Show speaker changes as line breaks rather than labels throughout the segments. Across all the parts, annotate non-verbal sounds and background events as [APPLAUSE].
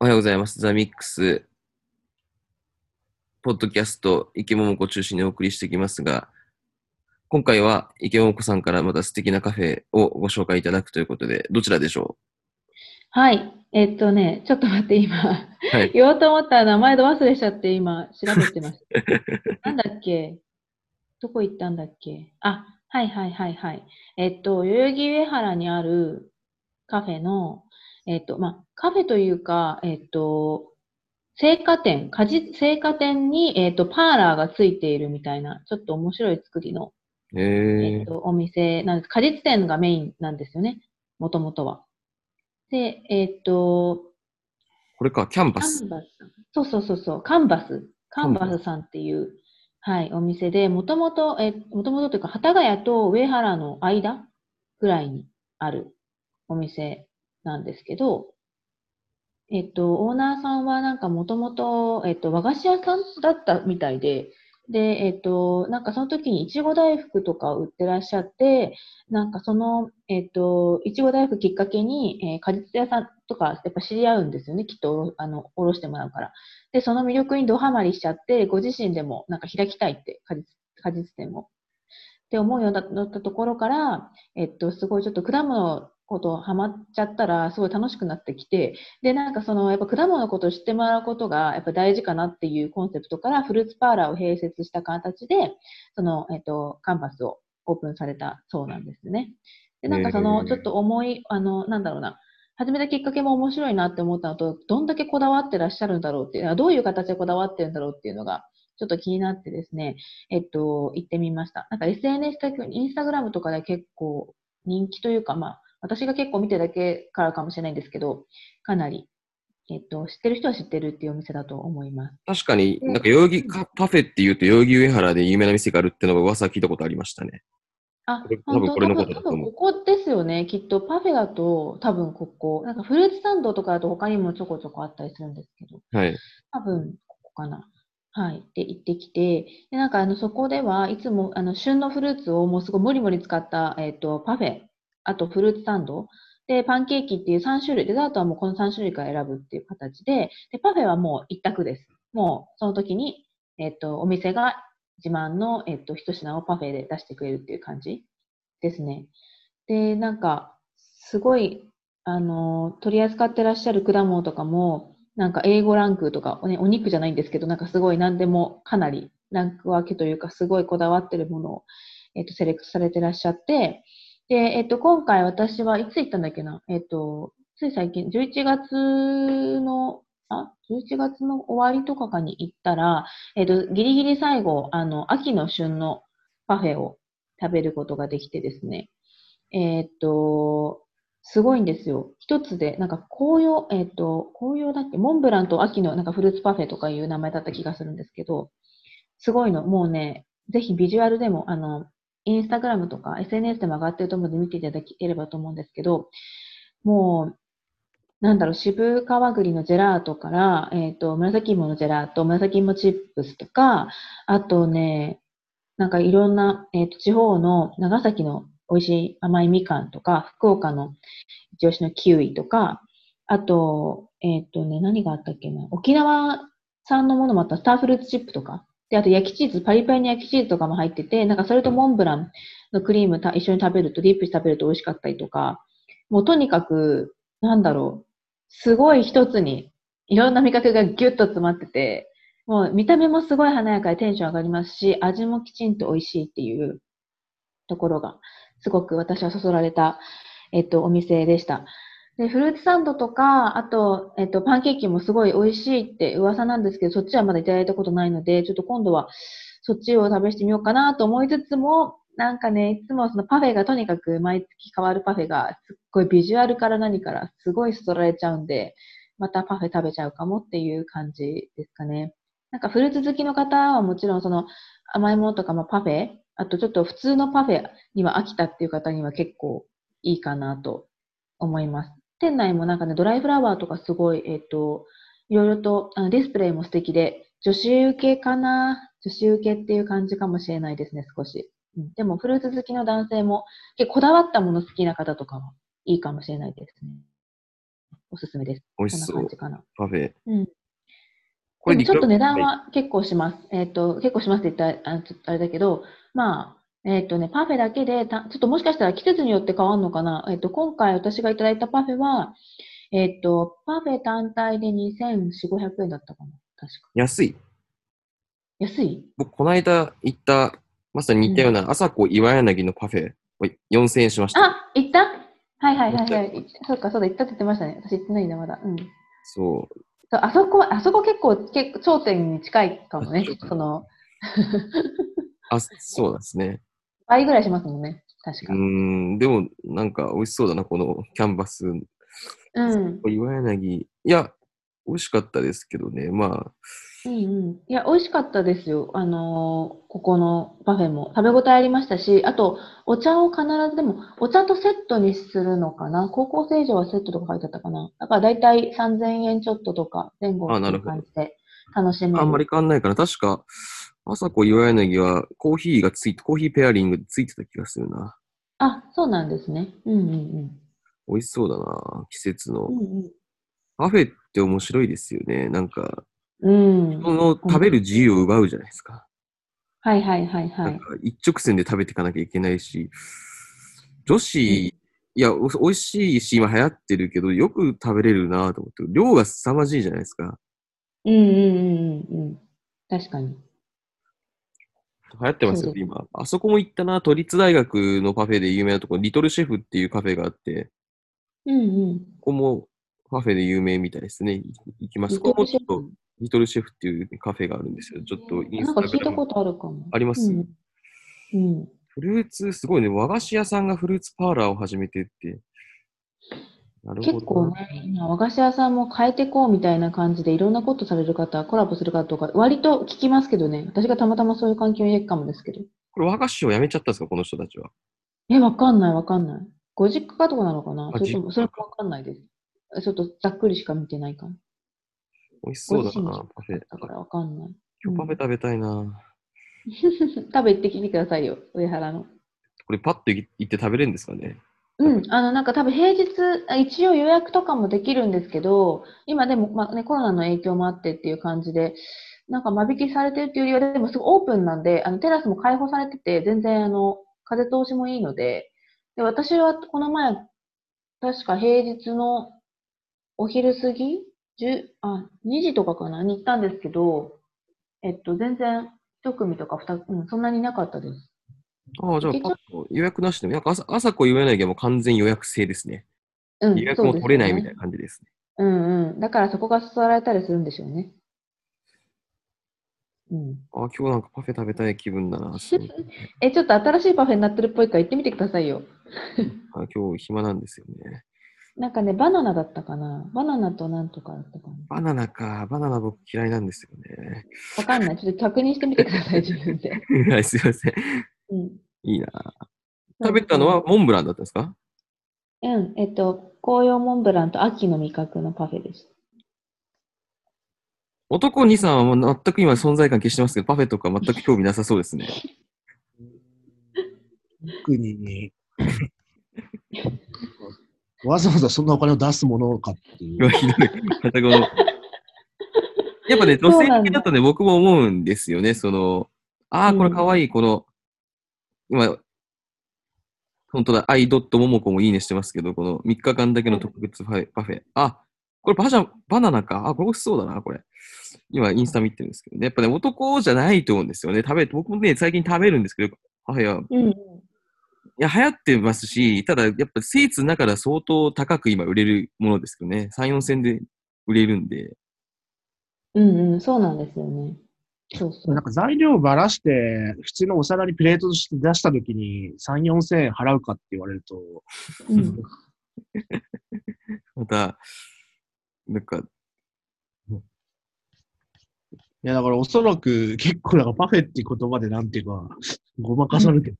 おはようございます。ザ・ミックス、ポッドキャスト、池桃子を中心にお送りしていきますが、今回は池桃子さんからまた素敵なカフェをご紹介いただくということで、どちらでしょ
はい。えっとね、ちょっと待って、今。 [LAUGHS]
うはい。
言おうと思ったら名前で忘れちゃって、今、調べてます。なんだっけどこ行ったんだっけあ、はいはいはいはい。えっと、代々木上原にあるカフェの、えっと、まあ、カフェというか、えっと、青果店、果実、青果店に、えっと、パーラーがついているみたいな、ちょっと面白い作りの、え
え
っと、お店なんです。果実店がメインなんですよね。もともとは。で、えっと、
これか、キャンパ
カ
ス。
ンバス。そうそうそうそう、カンバス。カンバスさんっていう、はい、お店で、もともと、え、もともとというか、幡ヶ谷と上原の間ぐらいにあるお店なんですけど、えっと、オーナーさんはなんかもともと、えっと、和菓子屋さんだったみたいで、で、えっと、なんかその時にいちご大福とかを売ってらっしゃって、なんかその、えっと、いちご大福きっかけに、えー果実屋さんとか、やっぱ知り合うんですよね、きっとおろあの、おろしてもらうから。で、その魅力にドハマりしちゃって、ご自身でもなんか開きたいって、果実果実店も。って思うようになったところから、えっと、すごいちょっと果物のことハマっちゃったら、すごい楽しくなってきて、で、なんかその、やっぱ果物のことを知ってもらうことが、やっぱ大事かなっていうコンセプトから、フルーツパーラーを併設した形で、その、えっと、カンパスをオープンされたそうなんですね。で、なんかそ
へ
の、
ー
ちょっと重い、あの、なんだろうな、始めたきっかけも面白いなって思ったのと、どんだけこだわってらっしゃるんだろうっていう、あどういう形でこだわってるんだろうっていうのが、ちょっと気になってですね、えっと、行ってみました。なんか SNS だけ、インスタグラムとかで結構人気というか、まあ、私が結構見てるだけからかもしれないんですけど、かなり、えっと、知ってる人は知ってるっていうお店だと思います。
確かに、なんか代々木カカフェっていうと、代々木上原で有名な店があるってのが噂聞いたことありましたね。
あ
これ、多
本
分
当、
これ
多
のこ
分、
とだ
多
と
分
思う
ここですよね。きっとパフェだと、多分ここ。なんかフルーツサンドとかだと他にもちょこちょこあったりするんですけど。
はい。
多分、ここかな。はい。で、行ってきて、で、なんか、あの、そこでは、いつも、あの、旬のフルーツをもうすごいもりもり使った、えっと、パフェ、あとフルーツサンド、で、パンケーキっていう3種類、デザートはもうこの3種類から選ぶっていう形で、で、パフェはもう一択です。もう、その時に、えっと、お店が自慢の、えっと、一品をパフェで出してくれるっていう感じですね。で、なんか、すごい、あの、取り扱ってらっしゃる果物とかも、なんか A5 ランクとか、ね、お肉じゃないんですけど、なんかすごい何でもかなりランク分けというか、すごいこだわってるものを、えっとセレクトされてらっしゃって、で、えっと、今回私はいつ行ったんだっけな、えっと、つい最近、11月の、あ ?11 月の終わりとかかに行ったら、えっと、ギリギリ最後、あの、秋の旬のパフェを食べることができてですね、えっと、すごいんですよ。一つで、なんか紅葉、えっ、と、紅葉だっけ、モンブランと秋のなんかフルーツパフェとかいう名前だった気がするんですけど、すごいの、もうね、ぜひビジュアルでも、あの、インスタグラムとか SNS でも上がってると思うので見ていただければと思うんですけど、もう、なんだろう、渋川栗のジェラートから、えっ、と、紫芋のジェラート、紫芋チップスとか、あとね、なんかいろんな、えっ、と、地方の長崎の美味しい甘いみかんとか、福岡の一押しのキウイとか、あと、えっ、とね、何があったっけな、沖縄産のものもあった、スターフルーツチップとか、で、あと焼きチーズ、パリパリの焼きチーズとかも入ってて、なんかそれとモンブランのクリームた一緒に食べると、ディープして食べると美味しかったりとか、もうとにかく、なんだろう、すごい一つに、いろんな味覚がギュッと詰まってて、もう見た目もすごい華やかでテンション上がりますし、味もきちんと美味しいっていうところが、すごく私はそそられた、えっと、お店でした。で、フルーツサンドとか、あと、えっと、パンケーキもすごい美味しいって噂なんですけど、そっちはまだいただいたことないので、ちょっと今度はそっちを試してみようかなと思いつつも、なんかね、いつもそのパフェがとにかく毎月変わるパフェが、すっごいビジュアルから何からすごいそそられちゃうんで、またパフェ食べちゃうかもっていう感じですかね。なんかフルーツ好きの方はもちろんその甘いものとかもパフェ、あとちょっと普通のパフェには飽きたっていう方には結構いいかなと思います。店内もなんかね、ドライフラワーとかすごい、えっ、と、いろいろとあのディスプレイも素敵で、女子受けかな女子受けっていう感じかもしれないですね、少し。うん、でも、フルーツ好きの男性も、結構こだわったもの好きな方とかは、いいかもしれないですね。おすすめです。
美味
こん
し
な
そ
感
う
じ。かな。
パフェ。
うん。
これ
でもちょっと値段
いくら
は結構します。えっ、と、結構しますって言ったら、あちょっとあれだけど、まあ、えっ、とね、パフェだけでた、ちょっともしかしたら季節によって変わるのかな。えっ、と、今回私がいただいたパフェは、えっ、と、パフェ単体で24,500円だったかな。確か。
安い。
安い
僕、この間行った、まさに似たような、朝子岩柳のパフェ、おい4000円しました。
あ、行ったはいはいはいは
行
い。そうか、そうだ、行ったって言ってましたね。私行ってないんだ、まだ。うん。
そう。
そうあそこ、あそこ結構、結構頂点に近いかもね
あそう。か
その、
あ、そうなんですね。
倍ぐらいしますもんね。確
う
か。
ーん、でも、なんか美味しそうだな、このキャンバス。
うん。
岩柳。いや、美味しかったですけどね。まあ、
うんうん、いや、美味しかったですよ。あのーここのパフェも。食べ応えありましたし、あと、お茶を必ず、でも、お茶とセットにするのかな高校生以上はセットとか書いてあったかなだから大体3000円ちょっととか前後
あ
って
ないる
う
ほど
感じで楽しめる。
あんまり変わんないから、確か、朝子岩柳はコーヒーがついて、コーヒーペアリングついてた気がするな。
あ、そうなんですね。うんうん
美味しそうだな、季節の
うん。う。ん
パフェって面白いですよね。なんか、
うん。う
人
ん。
の食べる自由を奪うじゃないですか。
はいはいはいは
なん
い
か。一直線で食べていかなきゃいけないし、女子、いや、お美味しいし、今流行ってるけど、よく食べれるなと思って、量が凄まじいじゃないですか。
うんうんうんうんうん。確かに。
流行ってます
そう
よ、
です
今。あそこも行ったな、都立大学のパフェで有名なとこ、リトルシェフっていうカフェがあって、
うんうん。
ここもパフェで有名みたいですね。い行きます。ここもちょっと、リトルシェフっていうカフェがあるんですよ。ちょっとイン
な
ス
んか
タ
聞
グ
い
ラ
た
ム
ことあるかも。
あります
うん。うん
フルーツ、すごいね。和菓子屋さんがフルーツパーラーを始めてって。なるほど。
結構ね、今和菓子屋さんも変えてこうみたいな感じで、いろんなことされる方、コラボする方とか、割と聞きますけどね、私がたまたまそういう環境にいるかもですけど。
これ和菓子をやめちゃったんですか、この人たちは。
え、わかんない、わかんない。ご実家かとかなのかな
あ
それとも、そ
実
れ
家
もわかんないです。ちょっとざっくりしか見てないかも。
美味しそうだ
美味しい
な
の、
パフェ。
だからわかんない。
今日パフェ食べたいな。
多分行ってきてくださいよ、上原の。
これパッと行って食べれるんですかね。
うん、あの、なんか多分平日、あ一応予約とかもできるんですけど、今でも、まあね、コロナの影響もあってっていう感じで、なんか間引きされてるっていうよりは、でもすごいオープンなんで、あの、テラスも開放されてて、全然、あの、風通しもいいので、で、私はこの前、確か平日のお昼過ぎ、10、あ、2時とかかな、に行ったんですけど、えっと、全然、一組とか二、うん、そんなになかったです。
ああ、じゃあ
結
パ
局
ッと予約なしでも、なんか朝朝子言えないけど、もう完全予約制ですね。
うん、
予約
そう
も
です
取れない
よ
み
ね
たいな感じですね。
うんうん。だからそこが誘われたりするんでしょうね。うん。
ああ、今日なんかパフェ食べたい気分だな。すごい
[LAUGHS] え、ちょっと新しいパフェになってるっぽいから行ってみてくださいよ。
あ今日暇なんですよね。
なんかね、バナナだったかな。バナナとなんとかだったかな。
バナナか。バナナ僕嫌いなんですよね。 [LAUGHS]
わかんない。ちょっと確認してみてください、自分で。
はい、すいません。
うん。
いいな。食べたのはモンブランだったんですか
うん。えっと、紅葉モンブランと秋の味覚のパフェでした。
男2さんはもう全く今存在感消してますけど、パフェとか全く興味なさそうですね。
特にね、わざわざそんなお金を出すものかっていう
う [LAUGHS] わ、。ひどい。またこのやっぱね、女性的だとね、僕も思うんですよね。その、ああ、これかわいい、この、今、本当だ、アイドットモモコもいいねしてますけど、この3日間だけの特別パフェ。パフェあ、これバジャバナナか。あ、これ美味しそうだな、これ。今、インスタ見てるんですけどね。やっぱね、男じゃないと思うんですよね。食べ、僕もね、最近食べるんですけど、パフェは
うん。
いや、流行ってますし、ただ、やっぱスイーツの中では相当高く今売れるものですけどね。3、4千で売れるんで。
うんうん。そうなんですよね。そうそ
なん
う。
か材料をばらして、普通のお皿にプレートとして出したときに3、4千円払うかって言われると、
うん。
また、なんか、
いやだからおそらく結構なんかパフェっていう言葉でなんていうか、ごまかされてる。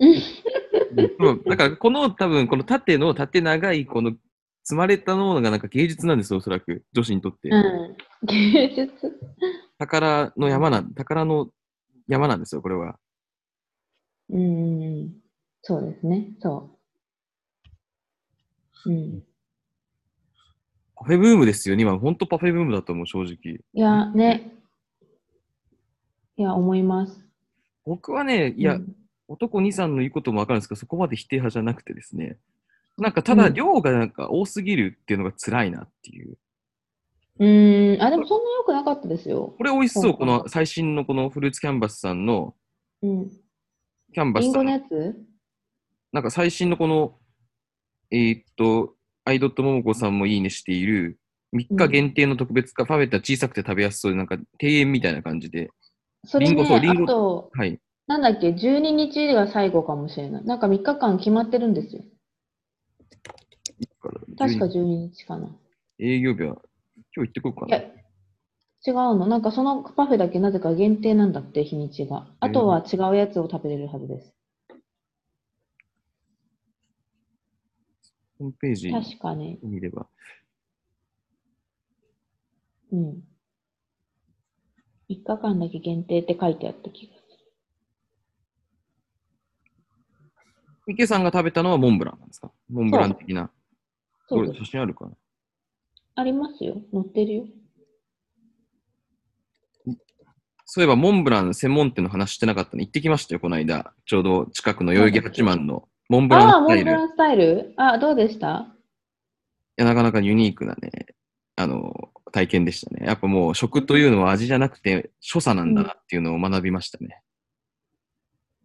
うんだからこの多分、この縦の縦長い、この積まれたものがなんか芸術なんですよ、おそらく。女子にとって。
うん。芸術。
宝の山なん、宝の山なんですよ、これは。
うんうんうん。そうですね。そう。うん。
パフェブームですよね。今、本当パフェブームだと思う、正直。
いや、ね。いや、思います。
僕はね、いや、
うん
男2、3の言うこともわかるんですけど、そこまで否定派じゃなくてですね。なんか、ただ、
うん
量がなんか多すぎるっていうのが辛いなっていう。
うーん、あ、でもそんな良くなかったですよ。
これ美味しそう、
そう
この最新のこのフルーツキャンバスさんの、
うん。
キャンバ
リ
ス
ン
さ
ゴ
ん
の
の
やつ
なんか最新のこの、えーっと、アイドットモモコさんもいいねしている、3日限定の特別化、パフェって小さくて食べやすそうで、なんか庭園みたいな感じで、
それ
リンゴそう
ね、
リンゴ
あと、
はい。
なんだっけ、12日が最後かもしれない。なんか3日間決まってるんですよ。確か
12
12日かな。
営業日は、今日行ってこようか
い
な。
や、違うの。なんかそのパフェだけなぜか限定なんだって、日にちが。あとは違うやつを食べれるはずです。
ホームページ
確かね。
見れば。
うん。3日間だけ限定って書いてあった気が
池さんが食べたのはモンブランなんですかモンブラン的な。
す
こ
る。
れ
そうです
写。真あるかな
ありますよ。載ってるよ。
そういえば、モンブラン専門店の話してなかったの、行ってきましたよ、この間。ちょうど近くの代々木八幡のモンブ
あ
ランス
あー、モ
タ
ン
イ
ブ
ル。い
ランスタイルあ、どうでした
や、なかなかユニークなね、あの、体験でしたね。やっぱもう食というのは味じゃなくて所作なんだなっていうのを学びましたね。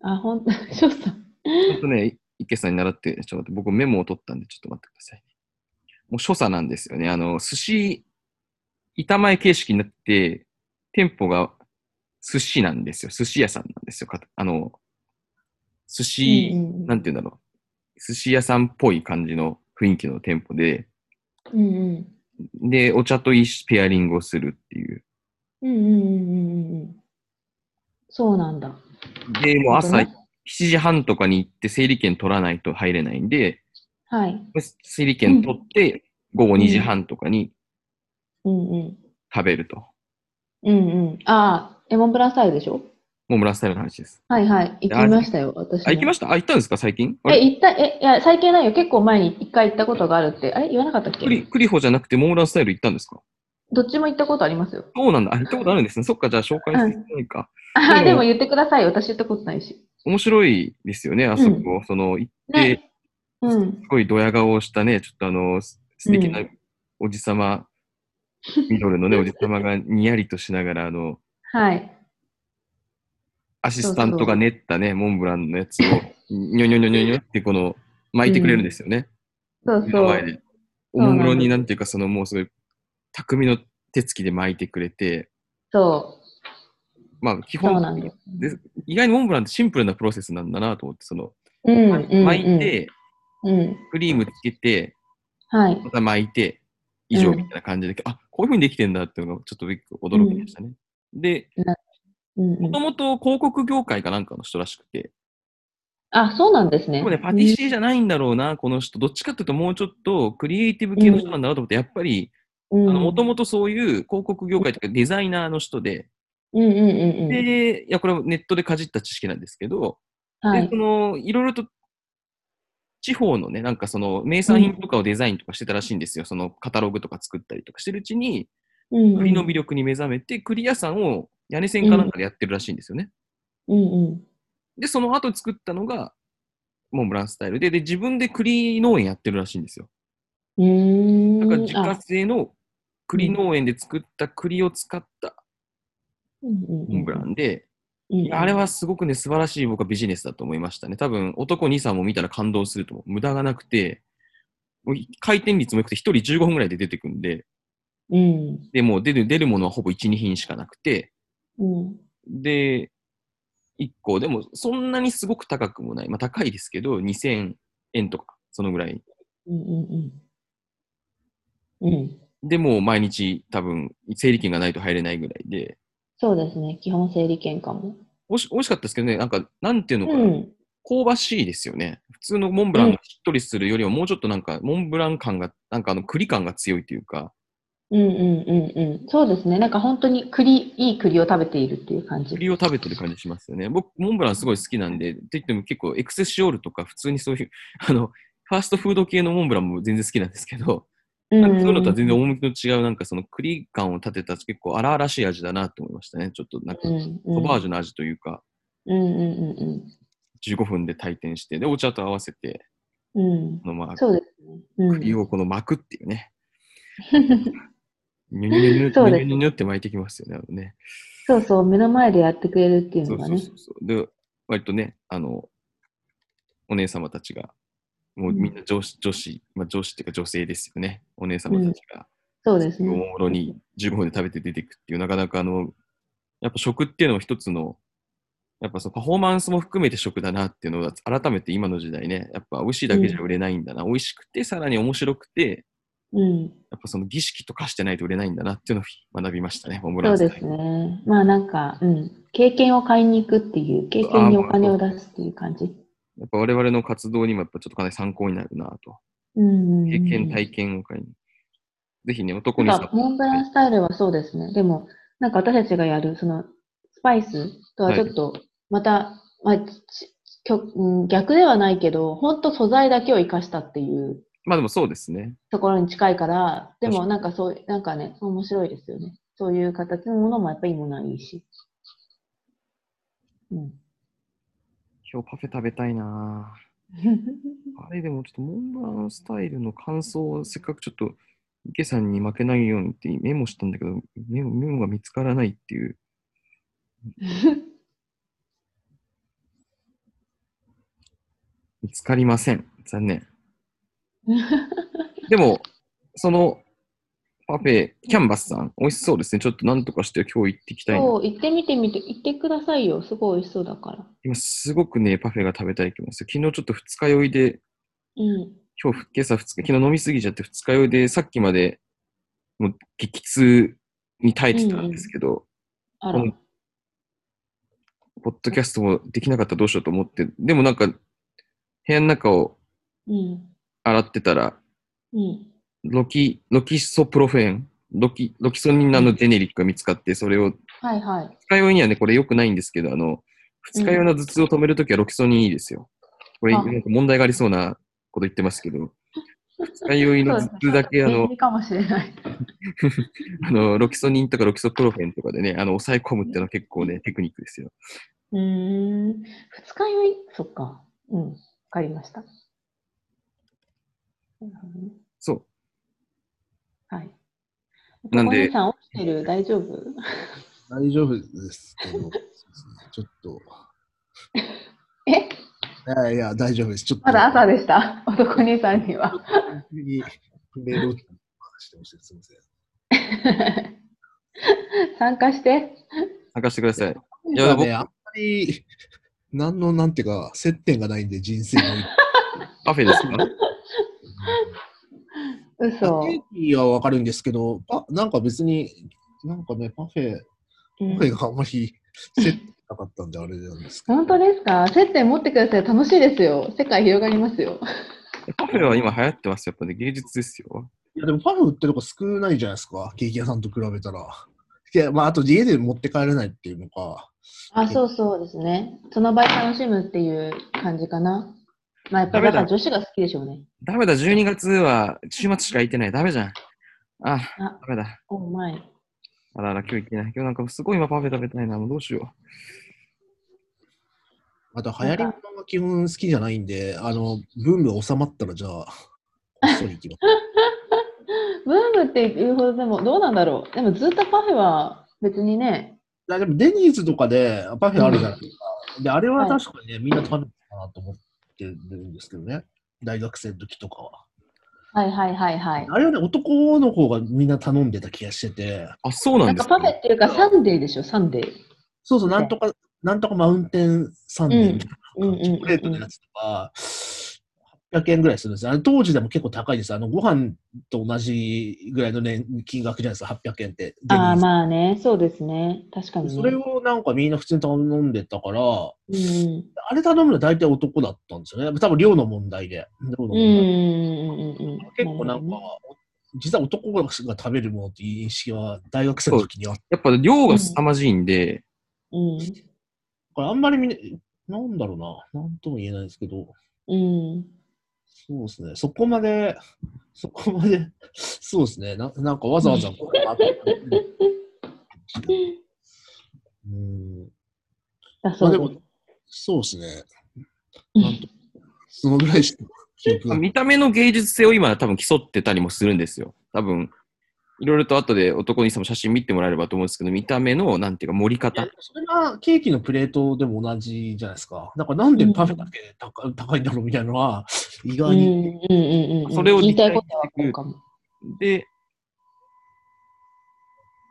あ、ほんと、翔さん。
ほんとね、池さんに習って、ちょっと待って僕メモを取ったんでちょっと待ってください。もう所作なんですよね。あの、寿司、板前形式になって、店舗が寿司なんですよ。寿司屋さんなんですよ。かあの、寿司、
うんうん
なんて言うんだろう。寿司屋さんっぽい感じの雰囲気の店舗で、
うんうん。
で、お茶といいペアリングをするっていう。
うんうんうんうんうんうん。そうなんだ。
で、もう朝
な
7
るほ
時半とかに行って整理券取らないと入れないんで、
はい。
整理券取って、午後2時半とかに
うんうん。
食べると。
うんうん。ああ、レモンブランスタイルでしょ
モンブランスタイルの話です。
はいはい。行きましたよ、私も。
あ、行きましたあ、行ったんですか最近あ
え、
れ
行った、え、いや、最近ないよ。結構前に一回行ったことがあるって。あれ言わなかったっ
クリ
け
クリホじゃなくてモンブランスタイル行ったんですか
どっちも行ったことありますよ。
そうなんだ。あ、行ったことあるんですね。そっか、じゃあ紹介してくれないか。
ああ、
で
で
も
も言ってくださいよ。私行ったことないし。
面白いですよね、あそこ。その、行って、す
ね。うん。
ごいドヤ顔をしたね、ちょっとあの、す素敵な
う
おじさま、ミドル
[LAUGHS]
のね、おじさまがにやりとしながら、あの、
はい。
アシスタントが練ったね、モンブランのやつを、にょにょにょにょにょってこの、巻いてくれるんですよね。
そう
目
そ
の前
う。
で。おもむろ
そうなんで
に
す
なんていうか、そのもうすごい、匠の手つきで巻いてくれて、
そ
まあ基
う。そうな
本
んです。
です、意外にモンブランってシンプルなプロセスなんだなと思って、その、
うんうんうん。
巻いて、
うん。
クリームつけて、
はい。
また巻いて、以上
うん
みたいな感じで、あ、こういうふうにできてんだっていうのがちょっとびっく驚きでしたね。で、
うんう
も
ん
と。もと広告業界かなんかの人らしくて、
あ、そうなんですね。
でもね、パティシエじゃないんだろうな、この人。どっちかっていうと、もうちょっとクリエイティブ系の人なんだなと思って、やっぱり、
うん
もともとそういう広告業界とかデザイナーの人で、
うんうんうんうん。
で、いや、これはネットでかじった知識なんですけど、
は
で、
い
そ。の、いろいろと、地方のね、なんかその、名産品とかをデザインとかしてたらしいんですよ。その、カタログとか作ったりとかしてるうちに、
うんうん
栗の魅力に目覚めて、栗屋さんを屋根線かなんかでやってるらしいんですよね。
うんうん。
で、その後作ったのが、モンブランスタイルで、で、自分で栗農園やってるらしいんですよ。
うーん。
だから、自家
あ
製の栗農園で作った栗を使った
うんうん
モンブランで、
うん
いやあれはすごくね、素晴らしい僕はビジネスだと思いましたね。多分、男2、3も見たら感動すると思う。無駄がなくて、もう回転率も良くて、1人15分ぐらいで出てくんで、
うん。
で、もう出る、出るものはほぼ1、2品しかなくて、
うん。
で、1個、でもそんなにすごく高くもない。まあ高いですけど、2000円とか、そのぐらい。
うんうんうん。うん。
で、もう毎日多分、整理券がないと入れないぐらいで、
そうですね。基本整理券かも。
おし美味しかったですけどね、なんか、なんていうのか
う
な。
ん。
香ばしいですよね。普通のモンブランがしっとりするよりは、もうちょっとなんか、モンブラン感が、なんかあの、栗感が強いというか、
うんうんうんうん。そうですね。なんか本当に栗、いい栗を食べているっていう感じ。
栗を食べてる感じしますよね。僕、モンブランすごい好きなんで、って言っても結構エクセシオールとか、普通にそういう、あの、ファーストフード系のモンブランも全然好きなんですけど、
う
なんかそういうのとは全然趣の違う、なんかその栗感を立てた結構荒々しい味だなって思いましたね。ちょっとなんか、ソバージュの味というか、
うんうんうん
15分で退店して、で、お茶と合わせて、
うん。うん。
このまあ、
そうですね。うん
栗をこの巻くっていうね。ニュニュニュニュニ
そうで
ュ
す
ニュニュニュって巻いてきますよね、あのね。
そうそう、目の前でやってくれるっていう
そ
の
う
が
そう
ね。
そうそう。で、割とね、あの、お姉様たちが、もうみんな上司、女子、まあ、上司っていうか女性ですよね。お姉様たちが、
そうです
お
ね。
もむろに15分で食べて出てくっていう、なかなかあの、やっぱ食っていうのも一つの、やっぱそのパフォーマンスも含めて食だなっていうのが、改めて今の時代ね、やっぱ美味しいだけじゃ売れないんだな。美味しくて、さらに面白くて、
うん。
やっぱその儀式と化してないと売れないんだなっていうのを学びましたね、オム
そ
ラ
う
イス。
ですね。まあなんか、うん。経験を買いに行くっていう、経験にお金を出すっていう感じ。
やっぱ我々の活動にもやっぱちょっとかなり参考になるなと。
うんうんうん。
経験、体験を買いに。ぜひね、男に
な
さ
んか、モンブランスタイルはそうですね。でも、なんか私たちがやる、その、スパイスとはちょっと、また、まあちきょうん逆ではないけど、本当素材だけを生かしたっていう
まあでもそうですね。
ところに近いから、で
確か
も
に
なんかそう、なんかね、面白いですよね。そういう形のものもやっぱりいいものはいいし。うん。 [LAUGHS]
今日パフェ食べたいなぁあれでもちょっとモンブランスタイルの感想をせっかくちょっと池さんに負けないようにってメモしたんだけど、メモメモが見つからないっていう。見つかりません。残
[LAUGHS]
念。でも、そのパフェ、キャンバスさん、美味しそうですね。ちょっとなんとかして今日行ってきたいな。
そう、行ってみてみて、行ってくださいよ。すごい美味しそうだから。
今すごくね、パフェが食べたい気もする。昨日ちょっと二日酔いで、
うん。
今日、今朝二日、昨日飲みすぎちゃって二日酔いで、さっきまでもう激痛に耐えてたんですけど、
あら。
うんポッドキャストもできなかったらどうしようと思って、でもなんか、部屋の中を
うん。
洗ってたら、
うん。
ロキ、ロキソプロフェン、ロキ、ロキソニンのあのジェネリックが見つかって、それを、
はいはい。
二日酔いにはね、これ良くないんですけど、あの、二日酔いの頭痛を止めるときはロキソニンいいですよ。これ、
あ
なんか問題がありそうなこと言ってますけ [LAUGHS] ど、二日酔いの頭痛だけ、あ
便
の、
利かもしれない。 [LAUGHS]
あの、ロキソニンとかロキソプロフェンとかでね、あの、抑え込むっていうのは結構ね、テクニックですよ。
うーん。二日酔いそっか。うん。わかりました。なるほどね
そう。
はい。
なんで
お兄さん起きてる大丈夫
大丈夫ですけど、
[LAUGHS]
そうですねちょっと、
え
いやいや、大丈夫です。ちょっと、
まだ朝でした。男兄さんには。
急にメールをしてました。すみません。
参加して。
参加してください。い
い
や
や、
僕
ね、あんまり、何の、なんていうか、接点がないんで、人生に。
[LAUGHS]
パフェですか
嘘。
ケーキはわかるんですけど、パなんか別に、なんかね、パフェ、
う
パフェ
ん
があんまり接点なかったんで、あれなんですけど。
本当ですか接点持ってください。楽しいですよ。世界広がりますよ。
パフェは今流行ってますよ。やっぱね、芸術ですよ。
いや、でもパフェ売ってるとこ少ないじゃないですか、ケーキ屋さんと比べたら。いや、まあ、あと家で持って帰れないっていうのか。
あ、そうそうですね。その場合楽しむっていう感じかな。まあやっぱりだから女子が好きでしょうね。
ダメだ、12月は週末しか行ってない。ダメじゃん。あ、
あ
ダメだ。
お前。
あらあら、今日行けない。今日なんかすごい今パフェ食べたいな。もうどうしよ
あと、流行り物が基本好きじゃないんで、あの、ブーム収まったら、じゃあ、こっそり行きます。
ブームっていうほどでもどうなんだろう。でもずっとパフェは別にね。
いやでもデニーズとかでパフェあるじゃないですか。で、あれ
は
は
い
確かにね、みんな食べてたなと思ってるんですけどね。大学生の時とかは。
はいはいはいはい。
あれはね、男の方がみんな頼んでた気がしてて、
う。あ、そうな
なんん
で
か
すか、
パフェっていうかサンデーでしょ、サンデー。
そうそう、なんとか、なんとかマウンテンサンデーみたいな、
うんうんうんうん
チョコレートのやつとか、800円ぐらいするんですよあれ当時でも結構高いです。あの、ご飯と同じぐらいの、ね、金額じゃないですか、800円って。デニ
ああ、
ーズ
まあね、そうですね。確かに、ね。
それをなんかみんな普通に頼んでたから、
うんうん。
あれ頼むのは大体男だったんですよね。多分量の問題で。量
うんう
の問題で
んうんうんうん。
結構なんか、実は男が食べるものっていう認識は大学生の時にあった
やっぱ量が凄まじいんで、
うん。
から、あんまりみんな、なんだろうな、なんとも言えないですけど、
うん。
そうですね。そこまで、そこまで、そうですね。ななんかわざわざこう、あとうん。
だ
ま
そ
あ
う
で
で
も
す。、
そうですね。
うん
なんと、そのぐらいしか記憶が。
見た目の芸術性を今多分競ってたりもするんですよ。多分、いろいろと後で男にさんも写真見てもらえればと思うんですけど、見た目の、なんていうか、盛り
いや
方。
それがケーキのプレートでも同じじゃないですか。だからなんでパフェだけ高,、高いんだろうみたいなのは、意
うんう
外
ん
に、
うんうん。
それを
言
理
いた
解
いことはこうかも。
で、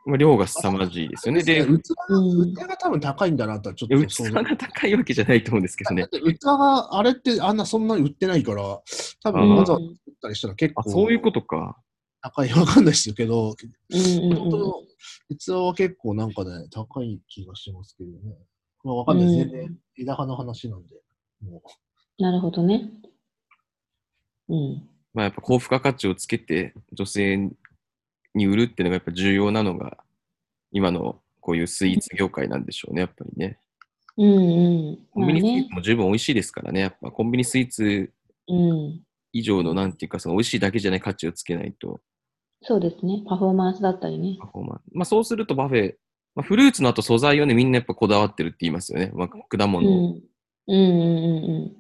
まあ、量が凄まじいですよね。で、
器
うん
器が多分高いんだなとはちょっ
いや
と
器が高いわけじゃないと思うんですけど
だ
ね
っ。て器があれってあんなそんなに売ってないから、多
う
分
ん
わざわざ売ったりしたら結
あ、
構
そういうことか。
高い、わかんないですけど、
うんうん
本当の器は結構なんかね、高い気がしますけどね。まあわかんないです。
うん
全然枝葉の話なんで。もう
なるほどね。うん。
まあ、やっぱ高付加価値をつけて女性に売るっていうのがやっぱ重要なのが今のこういうスイーツ業界なんでしょうね、やっぱりね。
うんうん。
コンビニスイーツも十分美味しいですからね、やっぱコンビニスイーツ
まあね。うん。
以上のなんていうか、その美味しいだけじゃない価値をつけないと
そうですね。パフォーマンスだったりね。
パフォーマンス。まあそうするとパフェ、まあ、フルーツの後素材をね、みんなやっぱこだわってるって言いますよね。まあ果
う
物、
ん。うんうんうんうん。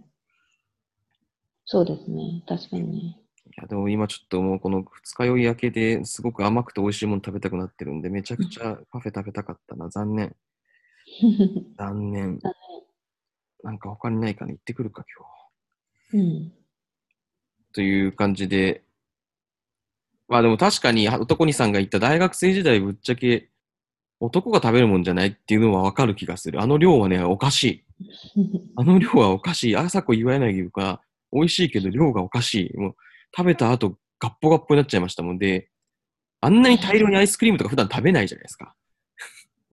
そうですね。確かにね。 [LAUGHS]
いやでも今ちょっともうこの二日酔い明けですごく甘くて美味しいもの食べたくなってるんで、めちゃくちゃパフェ食べたかったな、残念。残念。なんか他にないかな、行ってくるか、今日。
うん。
という感じで、まあでも確かに男にさんが言った大学生時代ぶっちゃけ男が食べるもんじゃないっていうのはわかる気がする。あの量はね、おかしい。あの量はおかしい。朝子岩柳が美味しいけど量がおかしい。もう食べた後ガッポガッポになっちゃいましたもんで、あんなに大量にアイスクリームとか普段食べないじゃないですか。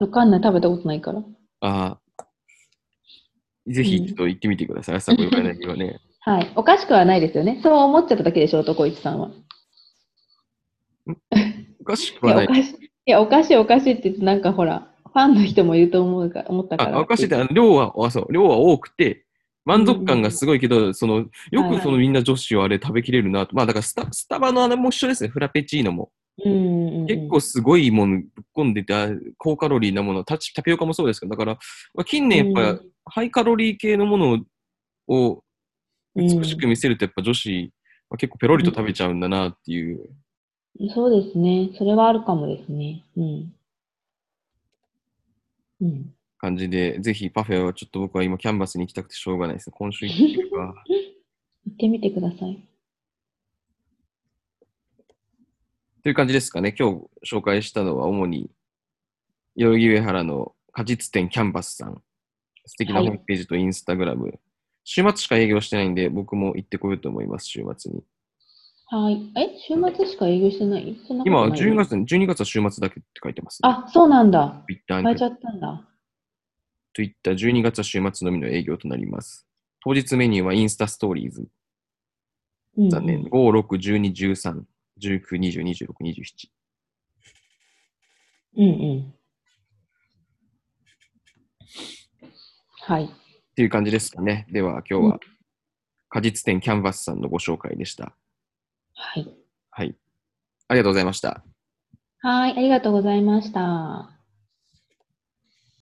わかんない。食べたことないから。
あーぜひちょっと行ってみてください。朝子岩柳はね。
はい。おかしくはないですよね。そう思っちゃっただけでしょ、男一さんは。
おかしく
い
は
や、
な
お
い。
かしい。いや、おかしい、おかしいって言って、なんかほら、ファンの人もいると思うか思ったから。
あおかしいって、あの量は、あそう、量は多くて、満足感がすごいけど、その、よ
はい
くそのみんな女子をあれ食べきれるなと。まあだからスタ、スタバのあれも一緒ですね、フラペチーノも。
うんうんうん。
結構すごいものぶっ込んでて、あ高カロリーなもの、タチタピオカもそうですけど、だから、まあ近年やっぱ、ハイカロリー系のものを
うん、
美しく見せると、やっぱ女子、まあ、結構ペロリと食べちゃうんだなっていう。
うんそうですね。それはあるかもですね。うん。うん。
感じで、ぜひパフェはちょっと僕は今キャンバスに行きたくてしょうがないですね。今週行ってみるか。
[LAUGHS] 行ってみてください。
という感じですかね。今日紹介したのは主に、代々木上原の果実店キャンバスさん。素敵な
はい
ホームページとインスタグラム。週末しか営業してないんで、僕も行ってこようと思います、週末に。
はい。え、週末しか営業してないそんなこと
今は
ない
10月、12月は週末だけって書いてます、ね。
あ、そうなんだ。
Twitter
変え
に
ちゃったんだ。
といった12月は週末のみの営業となります。当日メニューはインスタストーリーズ。
うん、
残念。5、6、12、13、19、20、26、27。
うんうん。はい。
っていう感じですかね。では今日
う
は果実店キャンバスさんのご紹介でした。
はい。
はい。ありがとうございました。
はい。ありがとうございました。